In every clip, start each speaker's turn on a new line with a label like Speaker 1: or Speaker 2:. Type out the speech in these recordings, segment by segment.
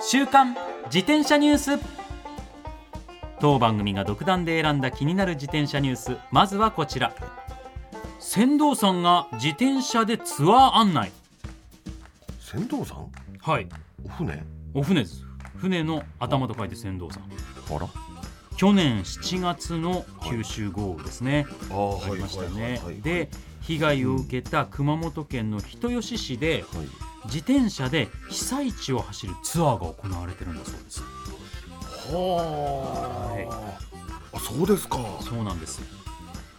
Speaker 1: 週刊自転車ニュース当番組が独断で選んだ気になる自転車ニュースまずはこちら船頭さんが自転車でツアー案内
Speaker 2: 船頭さん
Speaker 1: はい
Speaker 2: お船
Speaker 1: お船です船の頭と書いて船頭さん
Speaker 2: あら
Speaker 1: 去年7月の九州豪雨ですね、
Speaker 2: ああは
Speaker 1: ありましたねで被害を受けた熊本県の人吉市で
Speaker 2: はい
Speaker 1: 自転車で被災地を走るツアーが行われてるんだそうです
Speaker 2: はあ、あそうですか
Speaker 1: そうなんです。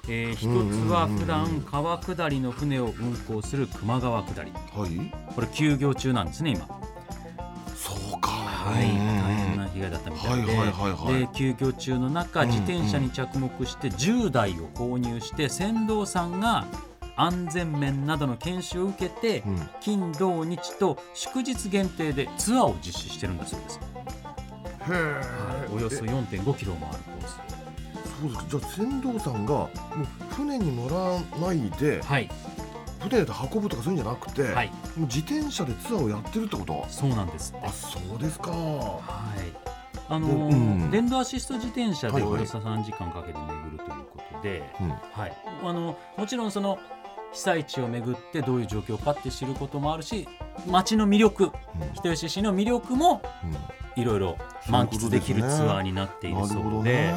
Speaker 1: えー一つは普段川下りの船を運航する球磨川下り
Speaker 2: はい
Speaker 1: これ休業中なんですね今
Speaker 2: そうか
Speaker 1: は
Speaker 2: はい
Speaker 1: 大変な被害だったみたいで,、
Speaker 2: はいはいはいはい
Speaker 1: で休業中の中
Speaker 2: うんうん
Speaker 1: 自転車に着目して10台を購入して船頭さんが安全面などの研修を受けて
Speaker 2: うん
Speaker 1: 金土日と祝日限定でツアーを実施してるんだそうです
Speaker 2: へ
Speaker 1: およそ
Speaker 2: え
Speaker 1: 4.5キロもあるコース
Speaker 2: そうですかじゃあ船頭さんがもう船に乗らないで
Speaker 1: はい
Speaker 2: 船で運ぶとかそういうんじゃなくて、
Speaker 1: はい
Speaker 2: もう自転車でツアーをやってるってこと
Speaker 1: そうなんですって
Speaker 2: あそうですかは
Speaker 1: はい。あのー
Speaker 2: でうん
Speaker 1: 電動アシスト自転車
Speaker 2: はい
Speaker 1: で
Speaker 2: はい
Speaker 1: およそ3時間かけて巡るということで、
Speaker 2: うん
Speaker 1: はい。あのもちろんその被災地を巡ってどういう状況かって知ることもあるし、街の魅力、人吉市の魅力も
Speaker 2: うん
Speaker 1: いろいろ満喫できるツアーになっている
Speaker 2: なる
Speaker 1: そ
Speaker 2: ほ
Speaker 1: う
Speaker 2: ど
Speaker 1: で。
Speaker 2: ね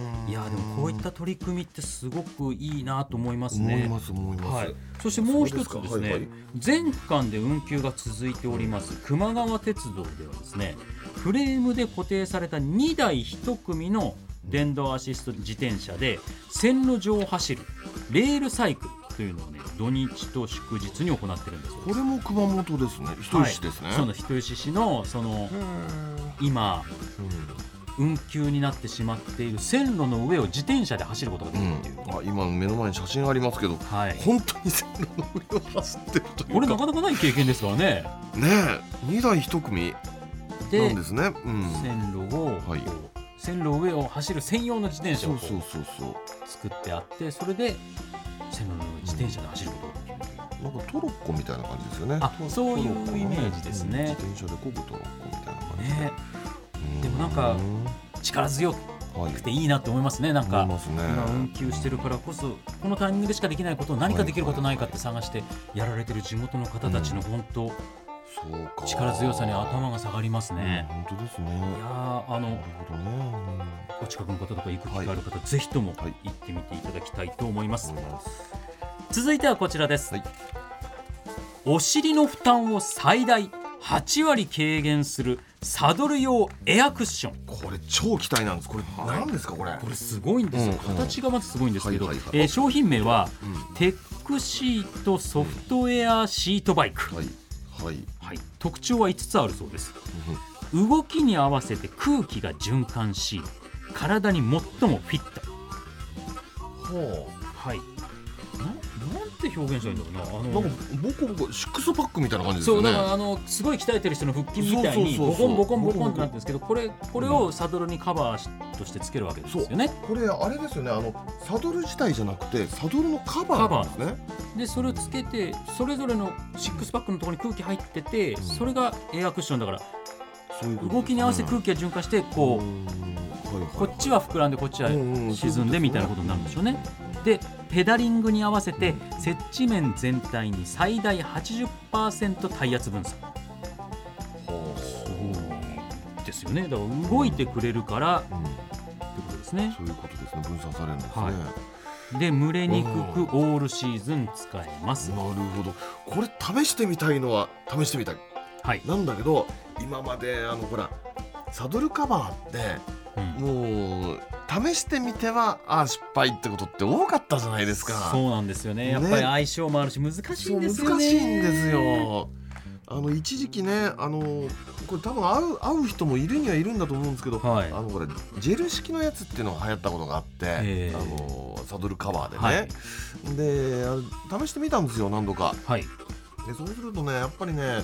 Speaker 2: うん
Speaker 1: いやでもこういった取り組みってすごくいいなと思います
Speaker 2: 思い
Speaker 1: ね。
Speaker 2: ます思います、
Speaker 1: はい、そしてもう一つ
Speaker 2: そ
Speaker 1: で
Speaker 2: うですすか
Speaker 1: ね、
Speaker 2: はいはい
Speaker 1: 全館で運休が続いております球磨川鉄道ではですねフレームで固定された2台1組の電動アシスト自転車で線路上を走るレールサイクルというのをね土日と祝日に行ってるんですよ
Speaker 2: これも熊本ですね人吉ですね、
Speaker 1: はい、その人吉市のその
Speaker 2: へー
Speaker 1: 今運休になってしまっている線路の上を自転車で走ることがで
Speaker 2: う
Speaker 1: きる
Speaker 2: ん
Speaker 1: っていう、
Speaker 2: あ今目の前に写真ありますけど
Speaker 1: はい
Speaker 2: 本当に線路の上を走ってるとい
Speaker 1: これ
Speaker 2: う
Speaker 1: な
Speaker 2: か
Speaker 1: かなかない経験ですからね
Speaker 2: ねえ2台1組な
Speaker 1: で
Speaker 2: んですねうん
Speaker 1: 線路を、
Speaker 2: はい
Speaker 1: こう線路上を走る専用の自転車
Speaker 2: そ
Speaker 1: を
Speaker 2: う
Speaker 1: こう
Speaker 2: そうそうそ
Speaker 1: 作ってあってそれで線路の上を自転車で走ることができる、
Speaker 2: うなんかトロッコみたいな感じですよね
Speaker 1: あ
Speaker 2: トロ
Speaker 1: そういう
Speaker 2: トロッコのね
Speaker 1: イメージですね
Speaker 2: うん自転車でこぐトロッコみたいな感じ
Speaker 1: ね
Speaker 2: う
Speaker 1: でもなんか力強く
Speaker 2: はい
Speaker 1: ていいなって思いますねなん
Speaker 2: 思い
Speaker 1: か
Speaker 2: ますね
Speaker 1: 今運休してるからこそこのタイミングでしかできないことを何かできることないかって探してやられてる地元の方たちの本当
Speaker 2: そうか
Speaker 1: 力強さに頭が下がりますね、
Speaker 2: うん本当ですね
Speaker 1: いやーあ
Speaker 2: なる
Speaker 1: の
Speaker 2: ほどね
Speaker 1: お近くの方とか行く機会ある方、ぜひとも行
Speaker 2: はい
Speaker 1: ってみていただきたいと思います、
Speaker 2: うん思います
Speaker 1: 続いてはこちらです、
Speaker 2: はい
Speaker 1: お尻の負担を最大8割軽減するサドル用エアクッション
Speaker 2: これ超期待なんですこ
Speaker 1: い
Speaker 2: れ何ですかこれ
Speaker 1: これすごいんですよ、
Speaker 2: うんうん
Speaker 1: 形がまずすごいんですけど、
Speaker 2: はいはいはい
Speaker 1: えー商品名は
Speaker 2: うん
Speaker 1: テックシートソフトウェアシートバイク、
Speaker 2: はいはい
Speaker 1: はい、特徴は5つあるそうです動きに合わせて空気が循環し体に最もフィット
Speaker 2: ほ
Speaker 1: はいななんて表現したらいいんだろうなあ
Speaker 2: な
Speaker 1: の
Speaker 2: んかボコボコシックスパックみたいな感じです
Speaker 1: そ
Speaker 2: よ
Speaker 1: う
Speaker 2: ね
Speaker 1: だからあのすごい鍛えてる人の腹筋みたいに
Speaker 2: そう
Speaker 1: ボ
Speaker 2: そうそ
Speaker 1: コ
Speaker 2: うそ
Speaker 1: ン
Speaker 2: う
Speaker 1: ボコンボコンってなってるんですけどこれこれをサドルにカバーしとしてつけるわけですよね
Speaker 2: これあれですよねあのサドル自体じゃなくてサドルのカバーなんですね
Speaker 1: でそれをつけてそれぞれのシックスパックのところに空気入ってて
Speaker 2: ん
Speaker 1: それがエアクッションだから
Speaker 2: そういうことですね
Speaker 1: 動きに合わせて空気が循環してこう
Speaker 2: うんはいはいい
Speaker 1: こっちは膨らんでこっちは
Speaker 2: うんうん
Speaker 1: 沈んでみたいなことになるんでしょうねでペダリングに合わせて接地面全体に最大80%体圧分散
Speaker 2: ほう
Speaker 1: ですよねだから動いてくれるからって
Speaker 2: うん
Speaker 1: ことですね
Speaker 2: そういうことですね分散されるんですね、
Speaker 1: はいで蒸れにくくオールシーズン使えます
Speaker 2: なるほどこれ試してみたいのは試してみたい
Speaker 1: はい、
Speaker 2: なんだけど今まであのほらサドルカバーって
Speaker 1: うん
Speaker 2: もう試してみてはああ失敗ってことって多かったじゃないですか
Speaker 1: そうなんですよねやっぱり
Speaker 2: ね
Speaker 1: 相性もあるし難しいんですよね
Speaker 2: 難しいんですよあの一時期ねあのこれ多分合う合う人もいるにはいるんだと思うんですけど、
Speaker 1: はい
Speaker 2: あのこれジェル式のやつっていうのが流行ったことがあって、
Speaker 1: ええ
Speaker 2: あのサドルカバーでね、
Speaker 1: はい
Speaker 2: であの試してみたんですよ何度か
Speaker 1: はい
Speaker 2: でそうするとねやっぱりね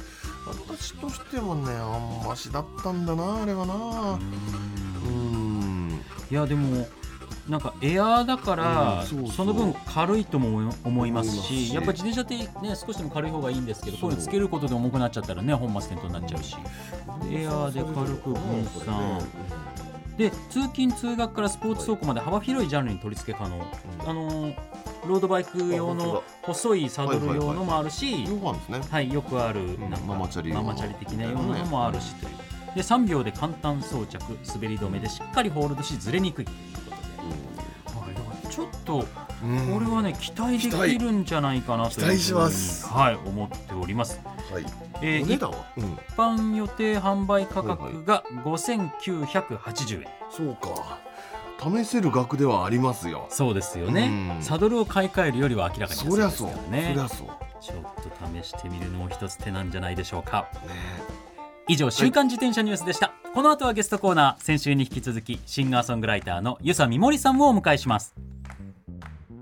Speaker 2: 私としてもねあんましだったんだなあれはなうーん
Speaker 1: いやでもなんかエアーだから、
Speaker 2: うんそうそう
Speaker 1: その分軽いとも思い思います
Speaker 2: 思います
Speaker 1: し
Speaker 2: し
Speaker 1: やっぱ自転車ってね少しでも軽い方がいいんですけど
Speaker 2: そ
Speaker 1: こ
Speaker 2: う
Speaker 1: れつけることで重くなっちゃったらね本末転倒になっちゃうしエアーで軽く分散で通勤通学からスポーツ走行まで幅広いジャンルに取り付け可能あのーロードバイク用
Speaker 2: あ本当
Speaker 1: の
Speaker 2: だ
Speaker 1: 細いサドル用のもあるし
Speaker 2: 両方なんですね
Speaker 1: はい、よくある
Speaker 2: ん
Speaker 1: なんか
Speaker 2: ママチャリ
Speaker 1: ママチャリ的なようなのもあるしというで3秒で簡単装着滑り止めでしっかりホールドしずれにくいということで、はい、だからちょっとこ
Speaker 2: うん
Speaker 1: れはね期待できるんじゃないかなというふうに
Speaker 2: 期待します
Speaker 1: はい、思っております、
Speaker 2: はい
Speaker 1: えー
Speaker 2: お値段は、うん、
Speaker 1: 一般予定販売価格が5980円、
Speaker 2: そうか試せる額ではありますよ
Speaker 1: そうですよね
Speaker 2: うん
Speaker 1: サドルを買い替えるよりは明らかに安い
Speaker 2: そり
Speaker 1: で
Speaker 2: ゃ
Speaker 1: す
Speaker 2: そう
Speaker 1: から
Speaker 2: そりゃ
Speaker 1: ね
Speaker 2: そう
Speaker 1: ちょっと試してみるのも一つ手なんじゃないでしょうか
Speaker 2: ね
Speaker 1: 以上週刊自転車ニュースでした、この後はゲストコーナー先週に引き続きシンガーソングライターの遊佐美森さんをお迎えします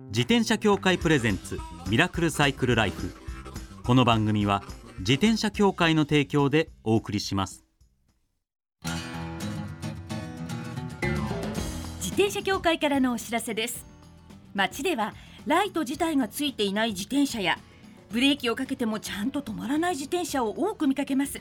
Speaker 1: 自転車協会プレゼンツミラクルサイクルライフこの番組は自転車協会の提供でお送りします
Speaker 3: 自転車協会からのお知らせです街ではライト自体がついていない自転車やブレーキをかけてもちゃんと止まらない自転車を多く見かけます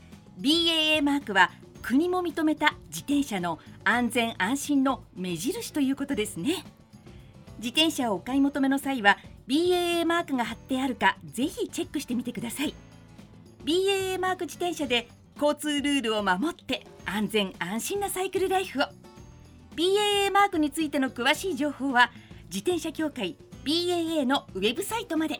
Speaker 3: BAA マークは国も認めた自転車の安全安心の目印ということですね自転車をお買い求めの際は BAA マークが貼ってあるかぜひチェックしてみてください BAA マーク自転車で交通ルールを守って安全安心なサイクルライフを BAA マークについての詳しい情報は自転車協会 BAA のウェブサイトまで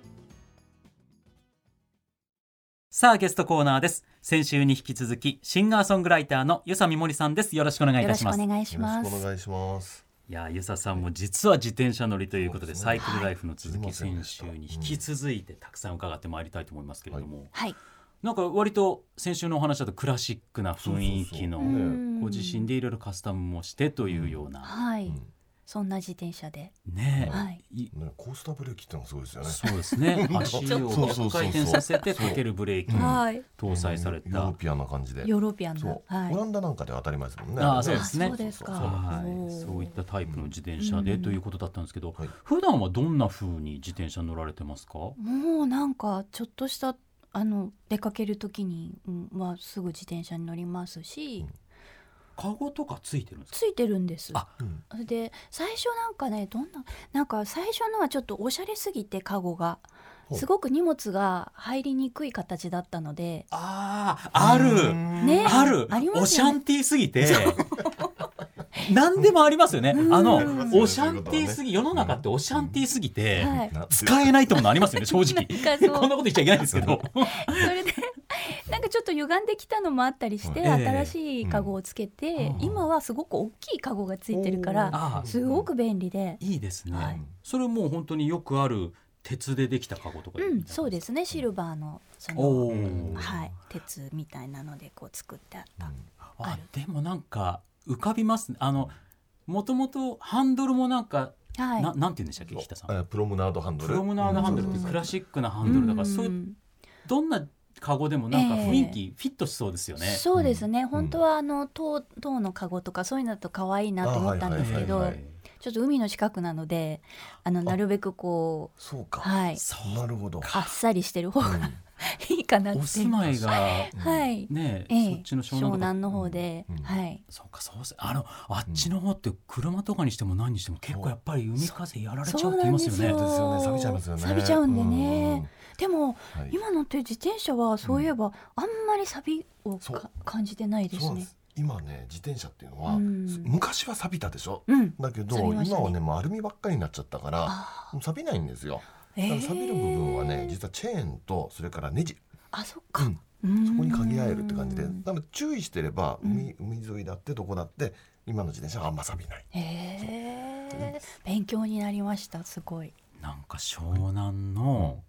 Speaker 1: さあゲストコーナーです先週に引き続きシンガーソングライターの遊佐美森さんですよろしくお願いい
Speaker 4: よ
Speaker 1: た
Speaker 4: ろ
Speaker 1: し
Speaker 4: しくお
Speaker 1: ます
Speaker 4: 願いし
Speaker 2: よ
Speaker 4: ま
Speaker 2: ろしくお
Speaker 4: す。
Speaker 2: 願いします
Speaker 1: いや遊佐さんも実は自転車乗りということで
Speaker 2: そう
Speaker 1: サ
Speaker 2: で
Speaker 1: イ
Speaker 2: すね
Speaker 1: クルライフの続
Speaker 2: は
Speaker 1: き
Speaker 2: いすい
Speaker 1: 先
Speaker 2: ませんでした
Speaker 1: 週に引き続いてたくさん伺ってまいりたいと思いますけれども、
Speaker 4: はい。
Speaker 1: なんか割と先週のお話だとクラシックな雰囲気の
Speaker 2: そうそうそう
Speaker 4: うん
Speaker 1: ご自身でいろいろカスタムもしてというような
Speaker 4: はい、
Speaker 2: うん
Speaker 4: そんな自転車で。
Speaker 1: ねえ、
Speaker 4: はい
Speaker 1: い
Speaker 2: ねコースターブレーキってのがすごいですよね
Speaker 1: そうです ね足を
Speaker 2: そうそうそうそう
Speaker 1: 逆回転させてかけるブレーキが
Speaker 4: はい。
Speaker 1: 搭載され
Speaker 2: ヨーロ
Speaker 1: た
Speaker 2: ピアンな感じで
Speaker 4: ヨーロピアンな
Speaker 2: そ。う、
Speaker 4: はい
Speaker 2: オラ。ンダなんかでは当たり前ですもんね
Speaker 1: あー
Speaker 2: れ
Speaker 1: そうですね
Speaker 4: あそうですか
Speaker 1: は
Speaker 4: お
Speaker 1: い、
Speaker 4: ー
Speaker 1: そういったタイプの自転車で
Speaker 4: うん
Speaker 1: ということだったんですけど、
Speaker 2: はい
Speaker 1: 普段はどんな風に自転車乗られてますか、
Speaker 4: もうなんかちょっとしたあの出かけるときに、うん、まあすぐ自転車に乗ります
Speaker 2: う
Speaker 4: し、
Speaker 2: ん
Speaker 1: カゴとかついてるんですか
Speaker 4: ついてるんです。
Speaker 1: あ
Speaker 2: うん
Speaker 4: で最初なんかねどんななんか最初のはちょっとおしゃれすぎてカゴが
Speaker 2: ほう
Speaker 4: すごく荷物が入りにくい形だったので
Speaker 1: ああある
Speaker 4: ね
Speaker 1: ある
Speaker 4: ありますよね
Speaker 1: オシャンティーすぎて 何でもありますよねあの
Speaker 4: うん
Speaker 1: オシャンティーすぎ世の中ってオシャンティーすぎて
Speaker 4: はい
Speaker 2: なんて
Speaker 1: 使えないってものありますよね正直
Speaker 4: なんか そう
Speaker 1: こんなこと言っちゃいけないんですけど
Speaker 4: それでなんかちょっと歪んできたのもあったりして、
Speaker 1: ええ
Speaker 4: 新しいカゴをつけて、
Speaker 1: うん
Speaker 4: 今はすごく大きいカゴがついてるから
Speaker 1: ああ
Speaker 4: すごく便利で、
Speaker 1: いいですね、
Speaker 4: はい
Speaker 1: それもう本当によくある鉄でできたカゴとか
Speaker 4: う
Speaker 1: い
Speaker 4: ん、そうですねシルバーのそ
Speaker 1: お
Speaker 4: の、
Speaker 1: ー
Speaker 4: はい、鉄みたいなのでこう作ってあった、
Speaker 1: あでもなんか浮かびますねあのもともとハンドルもなんか、
Speaker 4: はい
Speaker 1: ななんて言うんでしたっけ北さん
Speaker 2: えプロムナードハンド
Speaker 1: プ
Speaker 2: ル
Speaker 1: ロムナードハンドルってクラシックなハンドルだから、そういうどんなカゴでもなんか雰囲気フィットしそうですよね。
Speaker 4: そうですね、本当はあの塔塔のカゴとかそういうのだと可愛いなと思ったんですけ
Speaker 2: あ
Speaker 4: ど、
Speaker 2: はいはいはいはい
Speaker 4: ちょっと海の近くなのであのなるべくこう
Speaker 2: そうか
Speaker 4: はい
Speaker 2: そうなるほど
Speaker 4: あっさりしてる方が、
Speaker 2: うん
Speaker 4: いいかなって
Speaker 1: お住まいが
Speaker 4: はい、
Speaker 1: ね
Speaker 4: ええ
Speaker 1: そっちの湘南
Speaker 4: 湘
Speaker 1: とか
Speaker 4: 南の方で、
Speaker 2: うん
Speaker 4: はい
Speaker 1: そうかそうですあのあっちの方って車とかにしても何にしても結構やっぱり海風やられちゃうって言いますよね。
Speaker 4: そうなんですよ
Speaker 2: そうですよね錆びちゃいますよね
Speaker 4: 錆びちゃうんでねでも
Speaker 2: うんはい
Speaker 4: 今のって自転車はそういえば、あんまりサビを
Speaker 2: そう
Speaker 4: か感じてないで
Speaker 2: そう
Speaker 4: す
Speaker 2: なん
Speaker 4: ね
Speaker 2: です今ね自転車っていうのは、
Speaker 4: うん
Speaker 2: 昔は錆びたでしょ
Speaker 4: うん
Speaker 2: だけど、
Speaker 4: 錆びました
Speaker 2: 今
Speaker 4: ね
Speaker 2: はねもうアルミばっかりになっちゃったから
Speaker 4: あ
Speaker 2: もう錆びないんですよ
Speaker 4: ー
Speaker 2: だから錆びる部分はね
Speaker 4: えー
Speaker 2: 実はチェーンとそれからネジ、
Speaker 4: あそっ
Speaker 2: う
Speaker 4: か、
Speaker 2: ん
Speaker 4: うん
Speaker 2: そこに限られるって感じで
Speaker 4: うん
Speaker 2: だから注意してれば
Speaker 4: うん
Speaker 2: 海海沿いだってどこだって今の自転車はあんま錆びない
Speaker 4: へえ勉強になりましたすごい
Speaker 1: なんか湘南の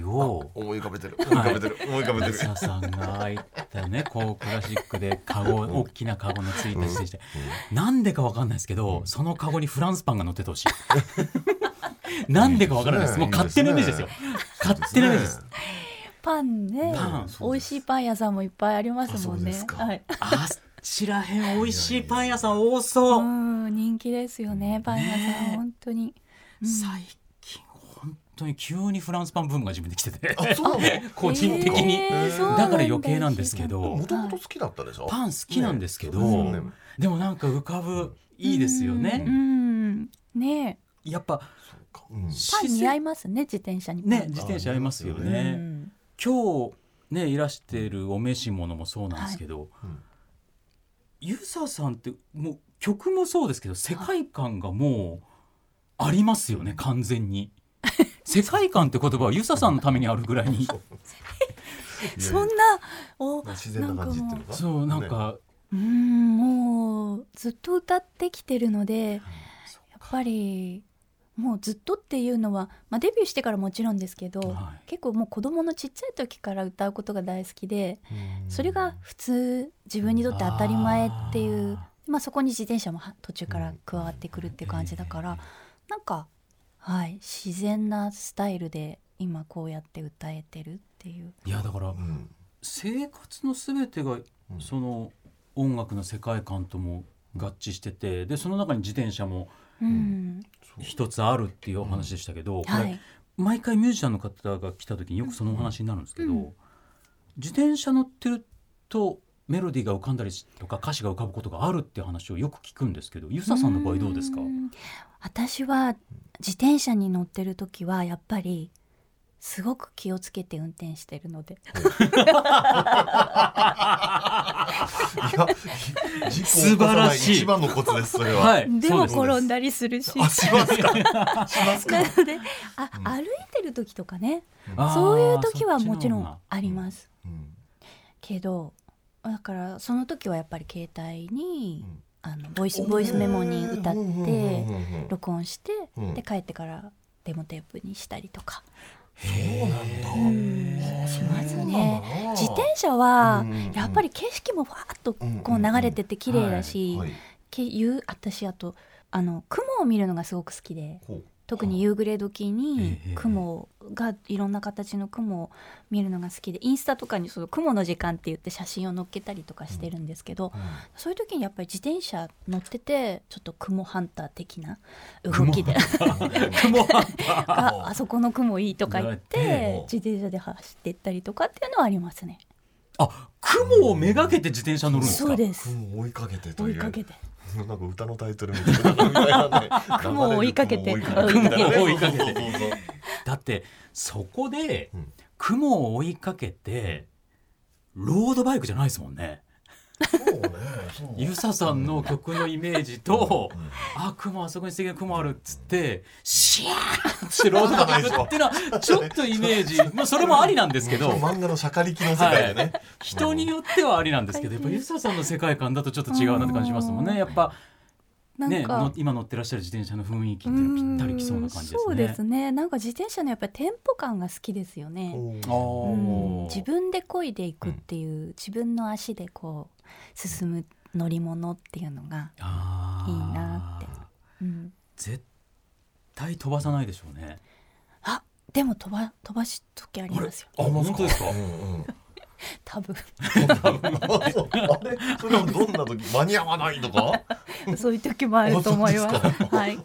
Speaker 1: 道 を
Speaker 2: 思い浮かべてる思い浮かべてる思い浮かべてる
Speaker 1: 安田さんがあいたねこうクラシックでカゴ大きなカゴのついた自転車なんでかわかんないですけど、そのカゴにフランスパンが乗っててほしい。なんでかわからない です。もう勝手なイメージですよ。勝手なイメージです。
Speaker 4: パンね
Speaker 1: パン
Speaker 4: 美味しいパン屋さんもいっぱいありますもん
Speaker 2: あそうで
Speaker 4: ね
Speaker 2: すか
Speaker 4: はい、
Speaker 1: あっちらへん美味しいパン屋さん多そう
Speaker 4: う。ん人気ですよねパン屋さん、
Speaker 1: ねえ
Speaker 4: 本当に、うん
Speaker 1: 最近本当に急にフランスパンブームが自分で来てて、
Speaker 2: あそうなの
Speaker 1: 個人的に、
Speaker 4: へえそうなん
Speaker 1: だから余計なんですけど
Speaker 2: も、ともと好きだったでしょ
Speaker 1: パン好きなんですけど、
Speaker 2: ねそうですよね
Speaker 1: でもなんか浮かぶいいですよね
Speaker 4: う。んねえ
Speaker 1: やっぱ
Speaker 2: そうかうん
Speaker 4: パン似合い
Speaker 1: ね
Speaker 4: ますね自転車に
Speaker 1: 自転車合いますよ
Speaker 4: う
Speaker 1: ね。
Speaker 4: ん、
Speaker 1: 今日ねいらしてるお召し物もそうなんですけど、
Speaker 2: いうん
Speaker 1: ユーサーさんってもう曲もそうですけど世界観がもうありますよね完全 に世界観って言葉はユーサーさんのためにあるぐらいに
Speaker 4: そんなお
Speaker 2: 自然な感じっていうのか
Speaker 1: そうなんか、
Speaker 4: うんもうずっと歌ってきてるのでやっぱりもうずっとっていうのは、まあ、デビューしてからもちろんですけど、
Speaker 1: はい
Speaker 4: 結構もう子供のちっちゃい時から歌うことが大好きで
Speaker 2: ね
Speaker 4: それが普通自分にとって当たり前っていう
Speaker 1: あ
Speaker 4: まあ、そこに自転車もは途中から加わってくるっていう感じだから、なんか、はい、自然なスタイルで今こうやって歌えてるっていう。
Speaker 1: いやだから
Speaker 2: うん
Speaker 1: 生活のすべてが
Speaker 2: うん
Speaker 1: その音楽の世界観とも合致しててでその中に自転車も
Speaker 4: うん
Speaker 2: そう
Speaker 1: 一つあるっていうお話でしたけど、これ
Speaker 4: はい
Speaker 1: 毎回ミュージシャンの方が来た時によくそのお話になるんですけど、
Speaker 4: うんうん
Speaker 1: 自転車乗ってるとメロディーが浮かんだりとか歌詞が浮かぶことがあるっていう話をよく聞くんですけどゆささんの場合どうですか
Speaker 4: ん私は自転車に乗ってる時はやっぱりすごく気をつけて運転してるので
Speaker 2: いや事故を起こさない一番のコツですそれは、
Speaker 1: はい
Speaker 4: で
Speaker 1: そう
Speaker 4: も
Speaker 1: です
Speaker 4: 転んだりするし
Speaker 2: あしますか
Speaker 4: なのであ、
Speaker 2: うん
Speaker 4: 歩いてる時とかね
Speaker 1: あー
Speaker 4: そういう時はもちろ
Speaker 1: そっの方
Speaker 4: ん
Speaker 1: が
Speaker 4: あります
Speaker 2: うん
Speaker 4: けどだからその時はやっぱり携帯に、
Speaker 2: うん
Speaker 4: あのボイスボイスメモに歌っ
Speaker 2: うんうん
Speaker 4: て
Speaker 2: うんうんうん
Speaker 4: 録音して、
Speaker 2: うん
Speaker 4: で帰ってからデモテープにしたりとか
Speaker 2: そうなんだ
Speaker 4: します
Speaker 2: そうなん
Speaker 4: ね。
Speaker 2: だな
Speaker 4: 自転車は
Speaker 2: うんうんうん
Speaker 4: やっぱり景色もわーっと
Speaker 2: うん
Speaker 4: こう流れてて綺麗だし、
Speaker 2: はい
Speaker 4: け夕私あとあの雲を見るのがすごく好きで
Speaker 2: こう
Speaker 4: 特に夕暮れ時に
Speaker 1: ええ
Speaker 4: 雲がいろんな形の雲を見るのが好きでインスタとかにその雲の時間って言って写真を載っけたりとかしてるんですけど、
Speaker 2: うん
Speaker 4: そういう時にやっぱり自転車乗っててちょっと雲ハンター的な動き で
Speaker 1: 雲は
Speaker 4: ああそこの雲いいとか言っ
Speaker 2: ええ
Speaker 4: て自転車で走ってったりとかっていうのはありますね。
Speaker 1: あ雲をめがけて自転車乗るんですか
Speaker 4: そうです
Speaker 2: 雲を追いかけてと
Speaker 4: 追
Speaker 2: いう
Speaker 4: いかけて
Speaker 2: なんか歌のタイトルみたいな、 ね、
Speaker 4: 雲を追いかけて
Speaker 1: 雲を追いかけてだってそこで
Speaker 2: うん
Speaker 1: 雲を追いかけてロードバイクじゃないですもんね
Speaker 2: そうねそう
Speaker 1: ゆささんの曲のイメージと、あ、雲あそこに素敵な雲あるっつって、シャーってロードバイクっていうのは、ちょっとイメー ジ、まあそれもありなんですけど、
Speaker 2: 漫画のシャカリキの世界でね、
Speaker 1: 人によってはありなんですけど、やっぱゆささんの世界観だとちょっと違うなって感じしますもんね。やっぱ
Speaker 4: なんか、
Speaker 1: ね、の今乗ってらっしゃる自転車の雰囲気っていうのはぴったりきそうな感じですね。
Speaker 4: うんそうですね。なんか自転車のやっぱりテンポ感が好きですよね。
Speaker 1: あー
Speaker 4: うん自分で漕いでいくっていう、自分の足でこう進む乗り物っていうのが、
Speaker 1: あー
Speaker 4: いいなってうん、
Speaker 1: 絶対飛ばさないでしょう ね。
Speaker 4: あでも飛ば飛ばし時ありますよ
Speaker 1: あ、本当ですか
Speaker 2: う。んうん、
Speaker 4: 多分
Speaker 2: あれそれはどんな時間に合わないとか
Speaker 4: そういう時もあると思います。
Speaker 2: あそうですか
Speaker 4: はい。
Speaker 2: は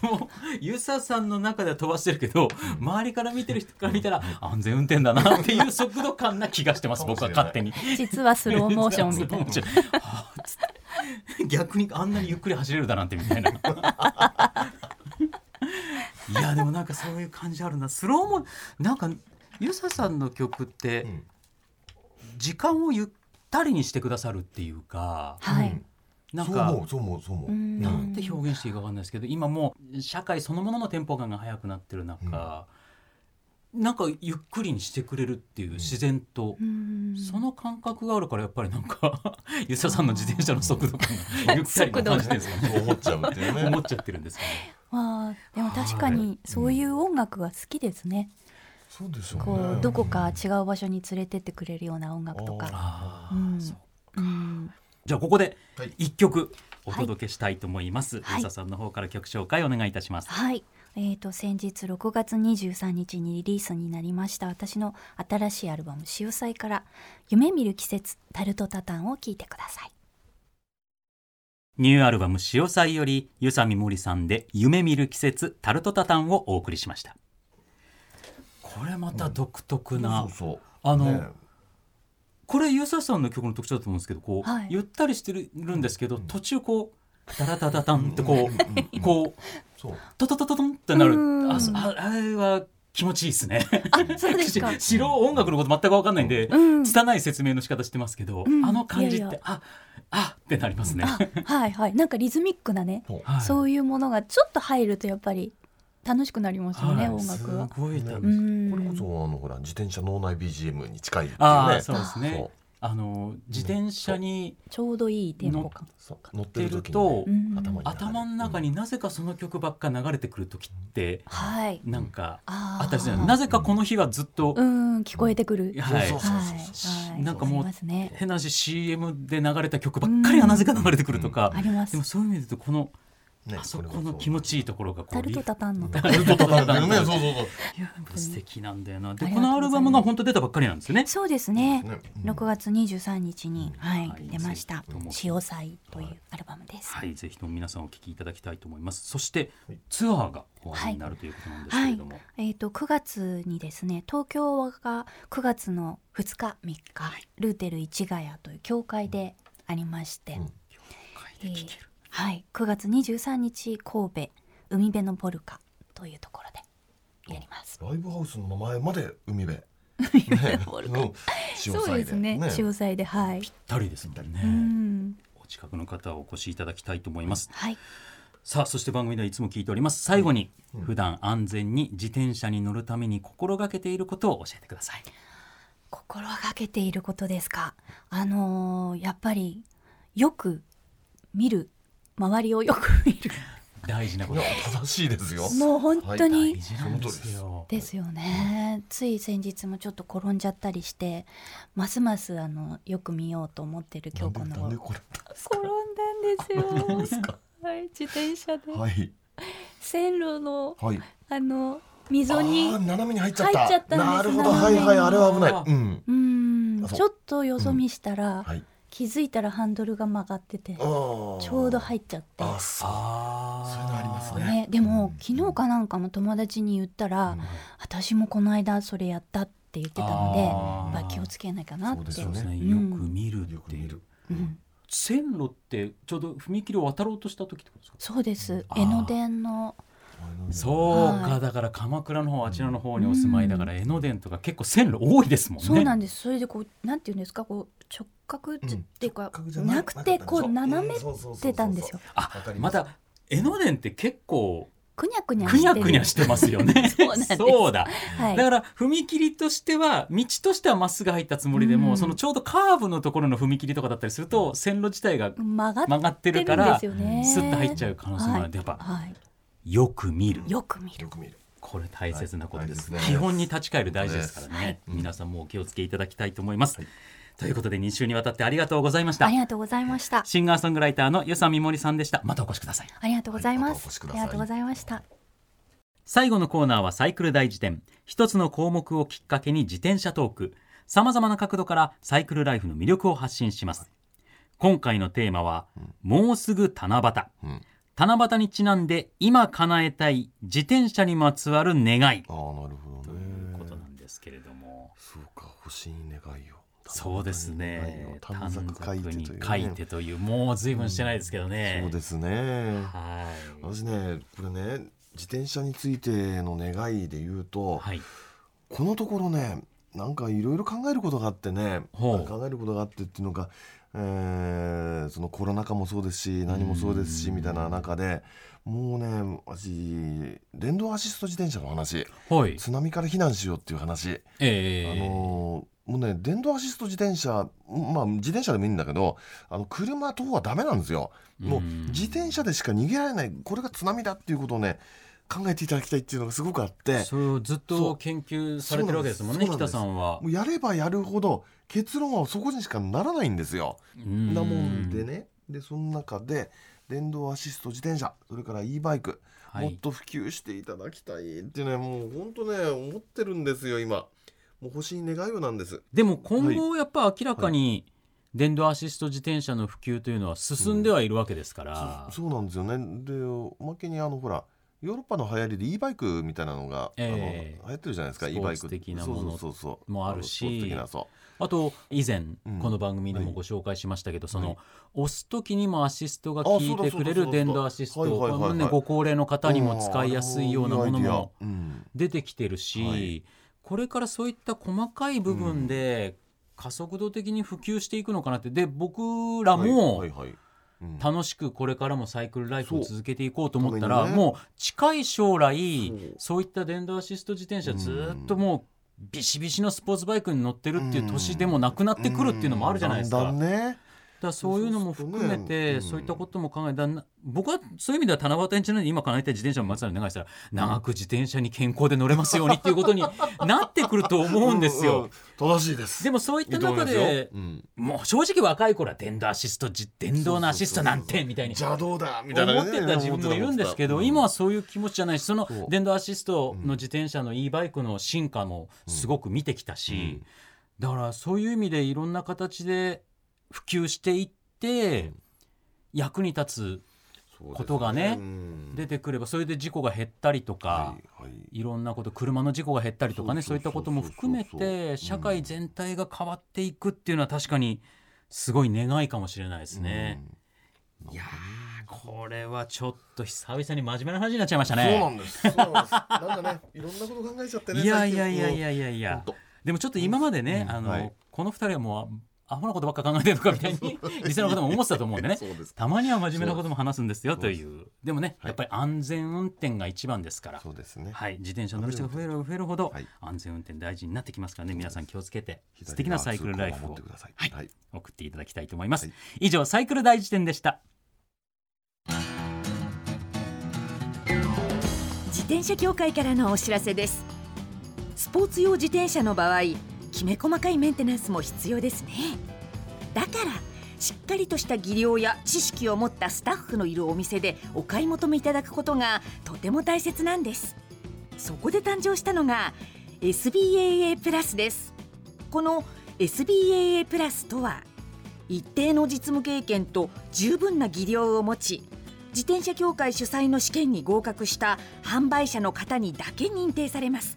Speaker 1: でもゆささんの中では飛ばしてるけど周りから見てる人から見たら安全運転だなっていう速度感な気が してます僕は勝手に。
Speaker 4: 実はスローモーションみたいな。
Speaker 1: スローモーションはあつって逆にあんなにゆっくり走れるだなんてみたいな。 いやでもなんかそういう感じあるなスローもなんかゆささんの曲っ
Speaker 2: あ
Speaker 1: て
Speaker 2: うん
Speaker 1: 時間をゆったりにしてくださるっていうか
Speaker 4: はい。
Speaker 1: なん
Speaker 2: そう
Speaker 1: か
Speaker 2: 思うそう思うそう思う、
Speaker 4: うん
Speaker 1: なんて表現していいか分かんないですけど今もう社会そのもののテンポ感が速くなってる中、なんかゆっくりにしてくれるっていう自然と、
Speaker 4: うん
Speaker 1: その感覚があるからやっぱりなんか ゆささんの自転車の速度感がゆったりな感じてるんですかね
Speaker 2: そう思っちゃうっていうね
Speaker 1: 思っちゃってるんですかね。
Speaker 4: まあでも確かにそういう音楽が好きですね。
Speaker 2: そうでしょうね
Speaker 4: こうどこか違う場所に連れてってくれるような音楽とか。
Speaker 1: あ
Speaker 4: う
Speaker 1: ー
Speaker 4: ん
Speaker 1: そう
Speaker 4: うん。
Speaker 1: じゃあここで
Speaker 2: はい
Speaker 1: 一曲お届けしたいと思います。
Speaker 4: はい
Speaker 1: ゆささんの方から曲紹介お願いいたします。
Speaker 4: はい。えー、と先日6月23日にリリースになりました私の新しいアルバム「潮騒」から「夢見る季節タルトタタン」を聴いてください。
Speaker 1: ニューアルバム「潮祭」より湯佐美森さんで「夢見る季節タルトタタン」をお送りしましたこれまた独特な、
Speaker 2: そうそう
Speaker 1: あの、
Speaker 2: ね
Speaker 1: これ湯佐さんの曲の特徴だと思うんですけどこう、
Speaker 4: はい
Speaker 1: ゆったりしてるんですけど途中こうダラダダダンってこう、
Speaker 2: うん
Speaker 1: こう
Speaker 2: そう
Speaker 1: トトトトトンってなる
Speaker 4: うん
Speaker 1: あそああれは気持ちいいですね
Speaker 4: あそうです か
Speaker 1: 素人音楽のこと全く分かんないんで、
Speaker 4: うん
Speaker 1: 拙い説明の仕方してますけど、
Speaker 4: うん
Speaker 1: あの感じって
Speaker 4: いやいや
Speaker 1: ああってなりますね。
Speaker 4: あはいはいなんかリズミックなね
Speaker 2: そう
Speaker 1: はい
Speaker 4: そういうものがちょっと入るとやっぱり楽しくなりますよ
Speaker 1: は
Speaker 4: ね、
Speaker 1: い
Speaker 4: 音楽は。
Speaker 1: すごい楽しい
Speaker 4: うん
Speaker 2: これこそあのほら自転車脳内 BGM に近いっていうね
Speaker 1: ああそうですね
Speaker 2: そ。
Speaker 1: あの自転車に
Speaker 4: ちょうどいいテンポ感。
Speaker 2: そう乗って
Speaker 1: 出
Speaker 2: る
Speaker 1: る
Speaker 2: 時に
Speaker 1: と
Speaker 2: ね、
Speaker 4: うん
Speaker 2: 頭に
Speaker 1: 頭の中になぜかその曲ばっか流れてくる時って
Speaker 4: はい。
Speaker 1: なんか
Speaker 4: あ
Speaker 1: あったりするじゃな
Speaker 4: ー
Speaker 1: いなぜかこの日はずっと
Speaker 4: うん聞こえてくる。
Speaker 1: はい
Speaker 2: そうそうそうそう
Speaker 4: はいはい。
Speaker 1: なんかもう
Speaker 4: ありますね。
Speaker 1: 変な話 CM で流れた曲ばっかりがなぜか流れてくるとか
Speaker 4: ありま
Speaker 1: ですも。そういう意味で言うとこの
Speaker 2: ね
Speaker 1: あそこの気持ちいいところがこ
Speaker 4: タ
Speaker 1: う
Speaker 4: ル
Speaker 1: リ
Speaker 4: トタタン の。
Speaker 2: タルトタタンだよねそうそうそう
Speaker 4: いや本当に
Speaker 1: 素敵なんだよなで
Speaker 4: あり
Speaker 1: こ
Speaker 4: がとうござい
Speaker 1: の
Speaker 4: ます
Speaker 1: アルバムが本当出たばっかりなんですよね。
Speaker 4: そうですね。
Speaker 2: ね
Speaker 4: 6月23日に、はい
Speaker 1: はい
Speaker 4: 出ました
Speaker 1: ぜひとも
Speaker 4: 「潮祭」というアルバムです。
Speaker 1: はい、ぜひとも皆さんお聞きいただきたいと思います。そして
Speaker 2: はい
Speaker 1: ツアーが終わりになるということなんですけれども、
Speaker 4: えー、と9月にですね東京が9月の2日3日、ルーテル市ヶ谷という教会でありまして、
Speaker 2: うん
Speaker 1: はいで聞ける
Speaker 4: はい、9月23日神戸海辺のポルカというところでやります。
Speaker 2: ライブハウスの名前まで海辺
Speaker 4: ポルカ
Speaker 2: の潮
Speaker 4: そう
Speaker 2: 騒
Speaker 4: ですね潮祭ではい、
Speaker 1: たりですもんね。
Speaker 4: うん
Speaker 1: お近くの方はお越しいただきたいと思います。
Speaker 4: はい、
Speaker 1: さあ、そして番組ではいつも聞いております。最後に、
Speaker 2: うん
Speaker 1: 普段安全に自転車に乗るために心がけていることを教えてください。
Speaker 4: 心がけていることですかあのーやっぱりよく見る周りをよく見る
Speaker 1: 大事なこ
Speaker 2: い
Speaker 1: と
Speaker 2: や。正しいですよ
Speaker 4: もう本当に、
Speaker 2: は
Speaker 1: 大事なんですよ。
Speaker 4: ですよねつい先日もちょっと転んじゃったりしてますますあのよく見ようと思ってる
Speaker 2: な
Speaker 4: 今
Speaker 2: ん
Speaker 4: 日
Speaker 2: で
Speaker 4: こ
Speaker 2: な
Speaker 4: の
Speaker 2: んで
Speaker 4: 転ん
Speaker 2: これ
Speaker 4: だん
Speaker 2: なん
Speaker 4: で
Speaker 2: です
Speaker 4: よ
Speaker 2: すか
Speaker 4: はい自転車で、
Speaker 2: はい
Speaker 4: 線路の
Speaker 2: はい
Speaker 4: あの
Speaker 2: あ
Speaker 4: 溝に
Speaker 2: ー斜めに入っちゃった
Speaker 4: 入っちゃったんです
Speaker 2: なるほどは
Speaker 4: 斜
Speaker 2: い
Speaker 4: めに
Speaker 2: はいあれは危ないうん
Speaker 4: うん
Speaker 2: あそう
Speaker 4: ちょっとよそ見したら、
Speaker 2: はい
Speaker 4: 気づいたらハンドルが曲がってて
Speaker 2: あー
Speaker 4: ちょうど入っちゃって
Speaker 2: あそう
Speaker 1: あー
Speaker 2: そういうのありますね
Speaker 4: ね、で
Speaker 2: う
Speaker 4: も、
Speaker 2: ん
Speaker 4: 昨日かなんかの友達に言ったら、
Speaker 2: うん
Speaker 4: 私もこの間それやったって言ってたので
Speaker 1: あー
Speaker 4: やっぱ気をつけなきゃなっ
Speaker 2: そ
Speaker 4: て
Speaker 2: うです
Speaker 1: そうですね。
Speaker 4: う
Speaker 1: よ
Speaker 4: ん
Speaker 1: く見る
Speaker 2: よ
Speaker 1: っ
Speaker 2: く
Speaker 1: て
Speaker 2: 見
Speaker 1: いう。
Speaker 2: る
Speaker 4: うん
Speaker 1: 線路ってちょうど踏切を渡ろうとした時ってことですか。
Speaker 4: そうです
Speaker 1: あー
Speaker 4: 江ノ電の
Speaker 1: そうか、
Speaker 4: はい
Speaker 1: だから鎌倉の方あちらの方にお住まいだから江ノ電とか結構線路多いですもんね。
Speaker 4: そうなんです、それでこうなんていうんですかこう直角っていうか、なくてこう斜めってたんですよ。
Speaker 1: あ
Speaker 2: わかり
Speaker 1: ま
Speaker 2: ます
Speaker 1: た江ノ電って結構
Speaker 4: くにゃくにゃ
Speaker 1: く
Speaker 4: し
Speaker 1: に
Speaker 4: て
Speaker 1: ゃ
Speaker 4: る。
Speaker 1: くにゃしてますよね
Speaker 4: そうなんです
Speaker 1: そうだ。
Speaker 4: はい、
Speaker 1: だから踏切としては道としてはまっすぐ入ったつもりでも、
Speaker 4: うん
Speaker 1: そのちょうどカーブのところの踏切とかだったりすると線路自体が
Speaker 4: 曲がっ
Speaker 1: 曲がって
Speaker 4: て
Speaker 1: る
Speaker 4: る
Speaker 1: か
Speaker 4: んで
Speaker 1: ら
Speaker 4: すよね
Speaker 1: スッと入っちゃう可能性もあるんでやっぱ
Speaker 4: はい、
Speaker 1: よく見る
Speaker 4: よく見る
Speaker 2: よく見る
Speaker 1: これ大切なことです,、
Speaker 2: はい大切です
Speaker 1: 基本に立ち返る大事ですからね、
Speaker 2: うん
Speaker 1: 皆さんもお気をつけいただきたいと思います、ということで2週にわたってありがとうございました
Speaker 4: ありがとうございました
Speaker 1: シンガーソングライターの与佐美森さんでしたまたお越しください
Speaker 4: ありがとうございま
Speaker 2: はいまたお越し
Speaker 4: す、
Speaker 2: くだ
Speaker 4: あ
Speaker 2: さい
Speaker 4: りがとうございました
Speaker 1: 最後のコーナーはサイクル大辞典一つの項目をきっかけに自転車トークさまざまな角度からサイクルライフの魅力を発信します今回のテーマは
Speaker 2: うん
Speaker 1: 「もうすぐ七夕」
Speaker 2: うん
Speaker 1: 七夕にちなんで今叶えたい自転車にまつわる願い
Speaker 2: ああなるほ
Speaker 1: と
Speaker 2: ど
Speaker 1: いうことな
Speaker 2: ね
Speaker 1: んですけれども
Speaker 2: そうか欲しい願いを
Speaker 1: そうですね
Speaker 2: 短冊書いてというね
Speaker 1: 短冊に書いてというもう随分してないですけどね
Speaker 2: そうですね
Speaker 1: は
Speaker 2: 私ねこれね自転車についての願いで言うと、
Speaker 1: いはい
Speaker 2: このところねなんかいろいろ考えることがあってね
Speaker 1: ほう
Speaker 2: 考えることがあってっていうのが、えーそのコロナ禍もそうですし何もそうですしみたいな中でもうね私電動アシスト自転車の話
Speaker 1: はい
Speaker 2: 津波から避難しようっていう話、
Speaker 1: え
Speaker 2: あ
Speaker 1: え
Speaker 2: のーもうね電動アシスト自転車まあ自転車でもいいんだけどあの車等はダメなんですよ。もう
Speaker 1: うん
Speaker 2: 自転車でしか逃げられないこれが津波だっていうことをね考えていただきたいっていうのがすごくあって
Speaker 1: それをずっ
Speaker 2: そ
Speaker 1: と
Speaker 2: う
Speaker 1: 研究されてるわけですもんね
Speaker 2: そうな
Speaker 1: 北
Speaker 2: んです
Speaker 1: さんは
Speaker 2: もうやればやるほど結論はそこにしかならないんですよ。
Speaker 1: うん
Speaker 2: なもんでねでその中で電動アシスト自転車それから e バイク、
Speaker 1: はい
Speaker 2: もっと普及していただきたいってねもう本当ね思ってるんですよ今もう欲しい願いをなんです
Speaker 1: でも今後やっぱ明らかに電動アシスト自転車の普及というのは進んではいるわけですから、
Speaker 2: そうなんですよねでおまけにあのほらヨーロッパの流行りで e バイクみたいなのが、
Speaker 1: ええ
Speaker 2: あの流行ってるじゃないですか
Speaker 1: ス
Speaker 2: e
Speaker 1: ポ
Speaker 2: バ
Speaker 1: ー
Speaker 2: イ
Speaker 1: ツ
Speaker 2: ク
Speaker 1: 的なもの
Speaker 2: そうそうそうそう
Speaker 1: もあるし
Speaker 2: のスポーツ的なそ
Speaker 1: あと以前
Speaker 2: うん
Speaker 1: この番組でもご紹介しましたけど、その押す時にもアシストが
Speaker 2: あそう
Speaker 1: 効
Speaker 2: だ
Speaker 1: いてくれ
Speaker 2: そ
Speaker 1: る
Speaker 2: うだそうだ
Speaker 1: 電動アシスト
Speaker 2: はいはいはいはい
Speaker 1: これもねご高齢の
Speaker 2: う
Speaker 1: 方にも使いやすいようなものも
Speaker 2: うんあのいいアイデアうん
Speaker 1: 出てきてるし、
Speaker 2: はい
Speaker 1: これからそういった細かい部分で加速度的に普及していくのかなってで僕らも
Speaker 2: はいはいはいうん
Speaker 1: 楽しくこれからもサイクルライフを続けていこうと思った
Speaker 2: そ
Speaker 1: ら、
Speaker 2: うためにね
Speaker 1: もう近い将来
Speaker 2: そう
Speaker 1: そういった電動アシスト自転車ずっともうビシビシのスポーツバイクに乗ってるっていう年でもなくなってくるっていうのもあるじゃないですか。
Speaker 2: だんだんね
Speaker 1: だからそういうのも含めて、
Speaker 2: そうそうそうねうん
Speaker 1: そういったことも考えだんな僕はそういう意味では七夕にちなんで今叶えたい自転車の松さんにお願いしたら長く自転車に健康で乗れますようにっていうことに なってくると思うんです
Speaker 2: う
Speaker 1: よ。
Speaker 2: ん正しいです
Speaker 1: でもそういった中
Speaker 2: いいと思いますよ
Speaker 1: で
Speaker 2: うん
Speaker 1: もう正直若い頃は電動アシストじ電動のアシストなんてみたいに
Speaker 2: 邪道だみたいなね
Speaker 1: 思ってた自分もいるんですけど、
Speaker 2: 思ってた
Speaker 1: 今はそういう気持ちじゃないしその
Speaker 2: そう
Speaker 1: 電動アシストの自転車の e バイクの進化もすごく見てきたし、だからそういう意味でいろんな形で普及していって役に立
Speaker 2: そうです
Speaker 1: ことがね
Speaker 2: うん
Speaker 1: つ出てくればそれで事故が減ったりとか。
Speaker 2: はいはい
Speaker 1: いろんなこと車の事故が減ったりとかねそ
Speaker 2: そうう
Speaker 1: い
Speaker 2: そう
Speaker 1: った
Speaker 2: そうそ
Speaker 1: ことも
Speaker 2: う
Speaker 1: 含め
Speaker 2: う
Speaker 1: て
Speaker 2: ん
Speaker 1: 社会全体が変わっていくっていうのは確かにすごい願いかもしれないですね。いやーこれはちょっと久々に真面目な話になっちゃいました
Speaker 2: そうな
Speaker 1: ね。
Speaker 2: んですそうなんですなんかねいろんなこと考えちゃってね
Speaker 1: いやいやいやいやいやい
Speaker 2: 最近
Speaker 1: や
Speaker 2: ほんと
Speaker 1: でもちょっと今までね、
Speaker 2: うん
Speaker 1: あの
Speaker 2: はい
Speaker 1: この二人はもうアホなことばっか考えてるとかみたい にリスナーの方も思ってたと思うんでね
Speaker 2: そうです
Speaker 1: たまには真面目なことも話すんですよ
Speaker 2: そう
Speaker 1: と
Speaker 2: で
Speaker 1: い
Speaker 2: す
Speaker 1: うでもね、
Speaker 2: はい
Speaker 1: やっぱり安全運転が一番ですから
Speaker 2: そうですね
Speaker 1: はい、自転車乗る人が増えれば増えるほど、
Speaker 2: はい
Speaker 1: 安全運転大事になってきますからね皆さん気をつけて
Speaker 2: 左側
Speaker 1: 素敵なサイクルライ
Speaker 2: 通
Speaker 1: フ
Speaker 2: 行を守
Speaker 1: を
Speaker 2: ってください
Speaker 1: はい
Speaker 2: はい
Speaker 1: 送っていただきたいと思います、
Speaker 2: はい
Speaker 1: 以上サイクル大辞典でした
Speaker 3: 自転車協会からのお知らせですスポーツ用自転車の場合きめ細かいメンテナンスも必要ですねだからしっかりとした技量や知識を持ったスタッフのいるお店でお買い求めいただくことがとても大切なんですそこで誕生したのが SBAA プラスですこの SBAA プラスとは一定の実務経験と十分な技量を持ち自転車協会主催の試験に合格した販売者の方にだけ認定されます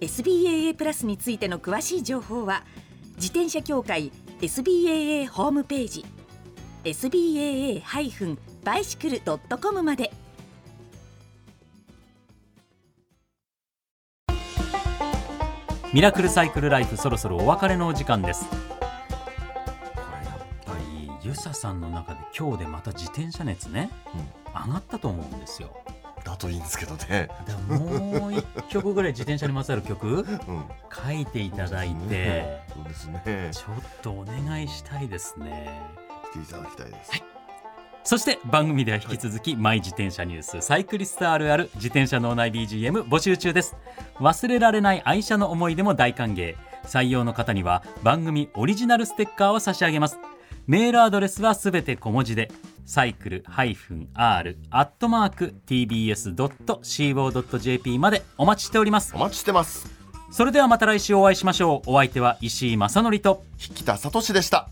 Speaker 3: SBAA プラスについての詳しい情報は自転車協会 SBAA ホームページ SBAA-bicycle.com まで
Speaker 1: ミラクルサイクルライフそろそろお別れのお時間ですこれやっぱりゆささんの中で今日でまた自転車熱ね、上がったと思うん ですよ
Speaker 2: だといいんですけどね
Speaker 1: だからもう一曲ぐらい自転車にまつわる曲
Speaker 2: うん
Speaker 1: 書いていただいて
Speaker 2: そうですね
Speaker 1: ちょっとお願いしたいですね
Speaker 2: ていただきたいです。
Speaker 1: そして番組では引き続き、マイ自転車ニュースサイクリストあるある自転車脳内 BGM 募集中です忘れられない愛車の思い出も大歓迎採用の方には番組オリジナルステッカーを差し上げますメールアドレスはすべて小文字でサイクル -r-tbs.co.jp までお待ちしております
Speaker 2: お待ちしてます。
Speaker 1: それではまた来週お会いしましょうお相手は石井正則と
Speaker 2: 引田聡でした。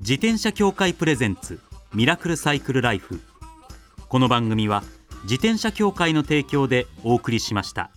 Speaker 1: 自転車協会プレゼンツミラクルサイクルライフこの番組は自転車協会の提供でお送りしました。